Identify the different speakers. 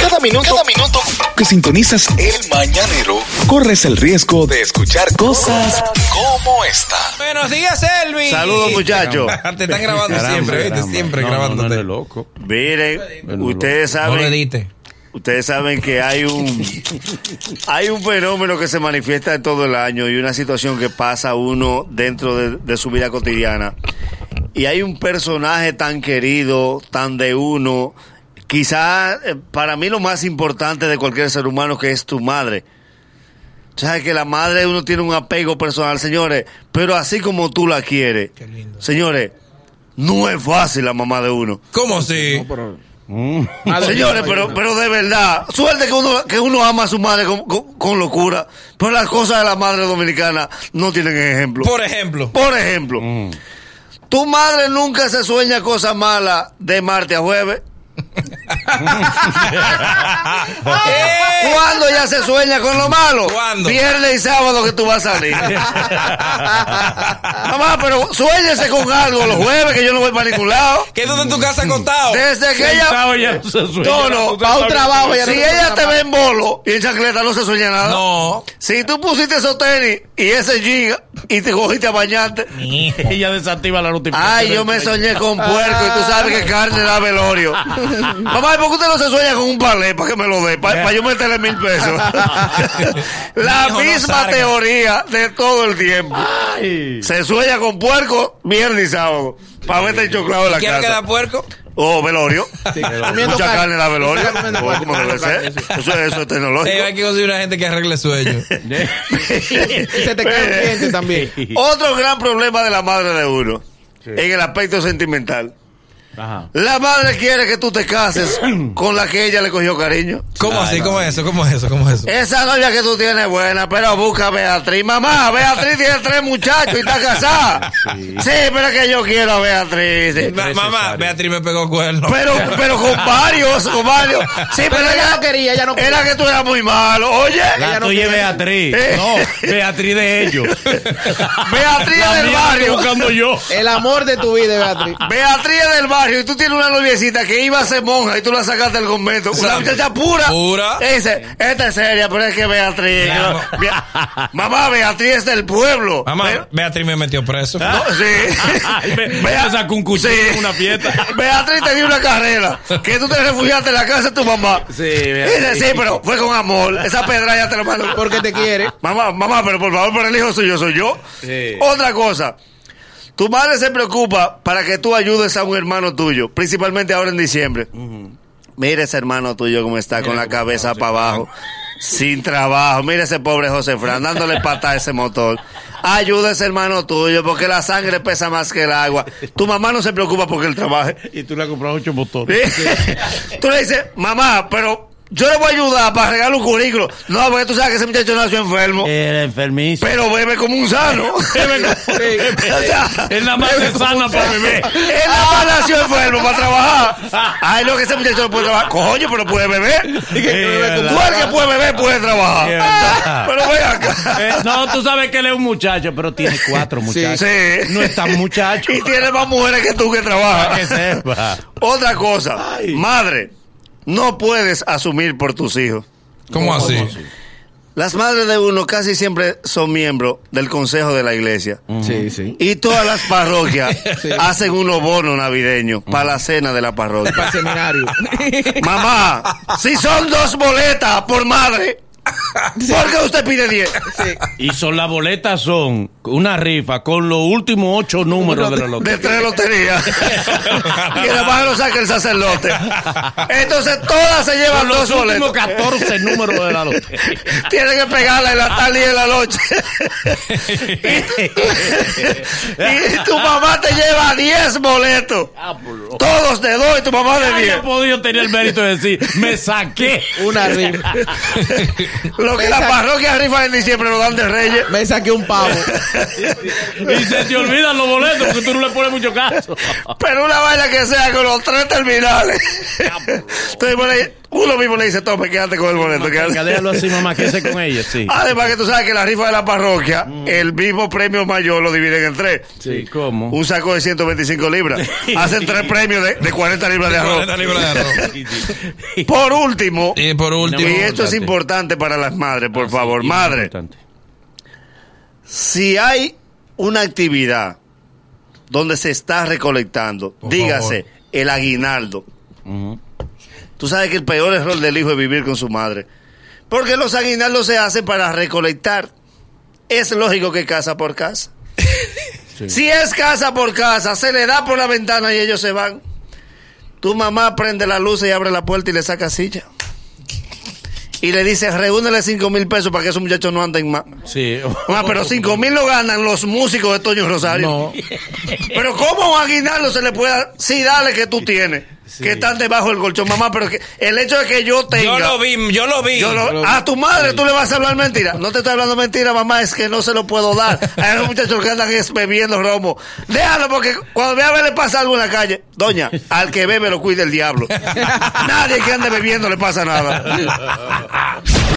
Speaker 1: Cada minuto, cada minuto que sintonizas el mañanero, corres el riesgo de escuchar cosas como esta.
Speaker 2: Buenos días, Elvis.
Speaker 3: Saludos, muchachos.
Speaker 2: Te están grabando
Speaker 3: Caramba,
Speaker 2: siempre, ¿viste?
Speaker 3: caramba.
Speaker 2: Siempre
Speaker 4: No,
Speaker 2: grabándote.
Speaker 4: no, no, no, loco.
Speaker 3: Miren, ustedes
Speaker 2: No lo
Speaker 3: saben,
Speaker 2: edite.
Speaker 3: ustedes saben que hay un hay un fenómeno que se manifiesta en todo el año y una situación que pasa uno dentro de, de su vida cotidiana. Y hay un personaje tan querido, tan de uno, quizás para mí lo más importante de cualquier ser humano que es tu madre. O sea, que la madre uno tiene un apego personal, señores, pero así como tú la quieres.
Speaker 2: Qué lindo.
Speaker 3: Señores, no es fácil la mamá de uno.
Speaker 2: ¿Cómo así? Ah,
Speaker 3: Señores, pero, pero de verdad, suerte que uno, que uno ama a su madre con, con- con locura, pero las cosas de la madre dominicana no tienen ejemplo.
Speaker 2: Por Mm. ejemplo.
Speaker 3: Por ejemplo, tu madre nunca se sueña cosas malas de martes a jueves. Ah.
Speaker 2: ¡Eh!
Speaker 3: ¿Cuándo ya se sueña con lo malo?
Speaker 2: ¿Cuándo?
Speaker 3: Viernes y sábado que tú vas a salir. Mamá, pero suéñese con algo los jueves que yo no voy para ningún lado.
Speaker 2: Quédate en tu casa acostado.
Speaker 3: Desde que ella...
Speaker 4: Sentado ya no se sueña.
Speaker 3: No, no,
Speaker 4: Usted sabe.
Speaker 3: Si ella te ve en bolo y en chancleta no se sueña nada.
Speaker 2: No.
Speaker 3: Si tú pusiste esos tenis y ese jean y te cogiste a bañarte.
Speaker 4: Ella desactiva la notificación.
Speaker 3: Ay, yo me soñé con puerco y tú sabes que carne da velorio. Mamá, ¿y por qué usted no se sueña con un palé para que me lo dé? Para yo meterle mil pesos. La
Speaker 2: Mijo, no
Speaker 3: misma
Speaker 2: salga.
Speaker 3: teoría de todo el tiempo.
Speaker 4: Ay.
Speaker 3: Se sueña con puerco viernes y sábado. Para verte el choclado en la
Speaker 2: ¿Quieres
Speaker 3: casa.
Speaker 2: quedar puerco?
Speaker 3: Oh, velorio.
Speaker 5: comiendo
Speaker 3: Mucha
Speaker 5: carne.
Speaker 3: carne da velorio.
Speaker 5: Está comiendo
Speaker 3: Oh, ¿Cómo
Speaker 5: carne,
Speaker 3: debe ser?
Speaker 5: comiendo
Speaker 3: Eso, eso es
Speaker 2: Eh, hay
Speaker 3: tecnológico.
Speaker 2: que conseguir una gente que arregle sueños.
Speaker 5: Y se te cae el diente también.
Speaker 3: Otro gran problema de la madre de uno. En el aspecto sentimental.
Speaker 4: Ajá.
Speaker 3: La madre quiere que tú te cases con la que ella le cogió cariño.
Speaker 2: ¿Cómo así? ¿Cómo es eso? ¿Cómo es eso? ¿Cómo es eso?
Speaker 3: Esa novia que tú tienes es buena, pero busca a Beatriz. Mamá, Beatriz tiene tres muchachos y está casada. Sí, pero es que yo quiero a Beatriz. sí.
Speaker 2: Ma- mamá, Beatriz me pegó cuerno.
Speaker 3: Pero, pero con varios, con varios. Sí, pero,
Speaker 5: ella
Speaker 3: era-
Speaker 5: no quería, ella no quería.
Speaker 3: Era que tú eras muy malo. Oye,
Speaker 4: La
Speaker 5: no
Speaker 4: tuya es
Speaker 5: quiere.
Speaker 4: Beatriz.
Speaker 3: Eh.
Speaker 4: No, Beatriz de ellos.
Speaker 3: Beatriz
Speaker 4: La
Speaker 3: del
Speaker 4: mía la estoy
Speaker 3: barrio.
Speaker 4: buscando yo.
Speaker 5: El amor de tu vida, Beatriz.
Speaker 2: Ah.
Speaker 3: Beatriz del barrio, y tú tienes una noviecita que iba a ser monja y tú la sacaste del convento. Una
Speaker 2: Exacto.
Speaker 3: muchacha pura.
Speaker 2: Pura.
Speaker 3: Y dice, esta es seria, pero es que Beatriz.
Speaker 2: Claro.
Speaker 3: que no- Bea- mamá, Beatriz es del pueblo.
Speaker 2: Mamá,
Speaker 3: Pero- Ah.
Speaker 2: Beatriz me metió preso.
Speaker 3: No, sí.
Speaker 4: Ay, me,
Speaker 3: Bea-
Speaker 4: me sacó un cuchillo
Speaker 3: Sí.
Speaker 4: en una fiesta.
Speaker 3: Beatriz te dio una carrera. Que tú te refugiaste en la casa de tu mamá.
Speaker 4: Sí,
Speaker 3: Y
Speaker 4: Beatriz.
Speaker 3: dice, sí, pero fue con amor. Esa pedra ya te la mandó.
Speaker 5: Porque te quiere.
Speaker 3: Mamá, mamá, pero por favor, por el hijo suyo, soy yo.
Speaker 4: Sí.
Speaker 3: Otra cosa. Tu madre se preocupa para que tú ayudes a un hermano tuyo, principalmente ahora en diciembre. Mira ese hermano tuyo cómo está, con la cabeza para abajo, sin trabajo. Mira ese pobre José Fran, dándole pata a ese motor. Ayuda a ese hermano tuyo, porque la sangre pesa más que el agua. Tu mamá no se preocupa porque él trabaje.
Speaker 4: Y tú le compras ocho motores.
Speaker 3: Sí. Tú le dices, mamá, pero yo le voy a ayudar para regalar un currículo. No, porque tú sabes que ese muchacho nació enfermo.
Speaker 4: Eh, El enfermizo.
Speaker 3: Pero bebe como un sano. Eh. Bebe como- O sea,
Speaker 4: Él nada más se sana para beber.
Speaker 3: él la nació enfermo para trabajar. Ay, no, que ese muchacho no puede trabajar. Coño, pero puede beber.
Speaker 4: verdad.
Speaker 3: Tú el que puede beber puede trabajar. Ah,
Speaker 4: Es verdad.
Speaker 3: Pero ven acá.
Speaker 4: Eh, no, tú sabes que él es un muchacho, pero tiene cuatro
Speaker 5: Eh,
Speaker 4: muchachos.
Speaker 3: Sí.
Speaker 4: No es tan muchacho.
Speaker 3: Y tiene más mujeres que tú que trabajas.
Speaker 4: que sepa.
Speaker 3: Otra cosa, madre, no puedes asumir por tus hijos.
Speaker 2: ¿Cómo así?
Speaker 3: Las madres de uno casi siempre son miembros del consejo de la iglesia.
Speaker 5: Sí, sí.
Speaker 3: Y todas las parroquias hacen unos bonos navideños para la cena de la
Speaker 5: Para
Speaker 3: parroquia.
Speaker 5: el seminario.
Speaker 3: Mamá, si son dos boletas por madre, ¿por qué usted pide 10?
Speaker 4: Y son las boletas, son una rifa con los últimos ocho números de la
Speaker 3: De
Speaker 4: lotería.
Speaker 3: tres loterías. y nada más lo saca el sacerdote. Entonces todas se llevan
Speaker 4: Con
Speaker 3: dos
Speaker 4: los últimos
Speaker 3: boletas.
Speaker 4: 14 números de la lotería.
Speaker 3: Tienen que pegarla en la tarde y en la noche. y, tu- y tu mamá te lleva 10 boletos. Todos de dos y tu mamá de
Speaker 4: Ay,
Speaker 3: 10.
Speaker 4: Yo he podido tener el mérito de decir, me saqué.
Speaker 5: Una rifa.
Speaker 3: Lo que la parroquia rifa en diciembre lo dan de reyes.
Speaker 5: Me saqué un pavo.
Speaker 4: Y se te olvidan los boletos porque tú no le pones mucho caso.
Speaker 3: Pero una vaina que sea con los tres terminales. Entonces, bueno, uno mismo le dice, tome, quédate con el boleto. quédate".
Speaker 4: Venga, déjalo así, mamá, que con ella, sí.
Speaker 2: Ah,
Speaker 4: Mm.
Speaker 3: Además que tú sabes que la rifa de la parroquia, el mismo premio mayor lo dividen en tres.
Speaker 4: Sí, ¿cómo?
Speaker 3: Un saco de 125 libras. Hacen tres premios de, de 40 libras de arroz.
Speaker 2: 40 libras de arroz.
Speaker 3: Por último,
Speaker 2: Y por
Speaker 3: y
Speaker 2: último,
Speaker 4: No.
Speaker 3: esto es importante para las madres, por favor,
Speaker 4: Ah, Y muy
Speaker 3: madre,
Speaker 4: importante.
Speaker 3: si hay una actividad donde se está recolectando,
Speaker 2: Por
Speaker 3: dígase,
Speaker 2: favor.
Speaker 3: el aguinaldo.
Speaker 4: Ujú.
Speaker 3: Tú sabes que el peor error del hijo es vivir con su madre. Porque los aguinaldos se hacen para recolectar. Es lógico que casa por casa. Si es casa por casa, se le da por la ventana y ellos se van. Tu mamá prende la luz y abre la puerta y le saca silla. Y le dice, reúnele cinco mil pesos para que esos muchachos no anden más.
Speaker 4: Sí.
Speaker 3: Mamá, Ah, pero cinco mil lo ganan los músicos de Toño Rosario.
Speaker 4: No.
Speaker 3: Pero ¿cómo a un aguinaldo se le pueda... Sí, dale que tú tienes. Que están debajo del colchón, mamá, pero que el hecho de que yo tenga...
Speaker 2: yo lo vi, yo lo vi.
Speaker 3: yo lo- a tu madre tú le vas a hablar mentira. No te estoy hablando mentira, mamá, es que no se lo puedo dar. Hay unos muchachos que andan es bebiendo romo. Déjalo porque cuando vea a verle pasa algo en la calle, doña, al que bebe lo cuida el diablo. Nadie que ande bebiendo le pasa nada.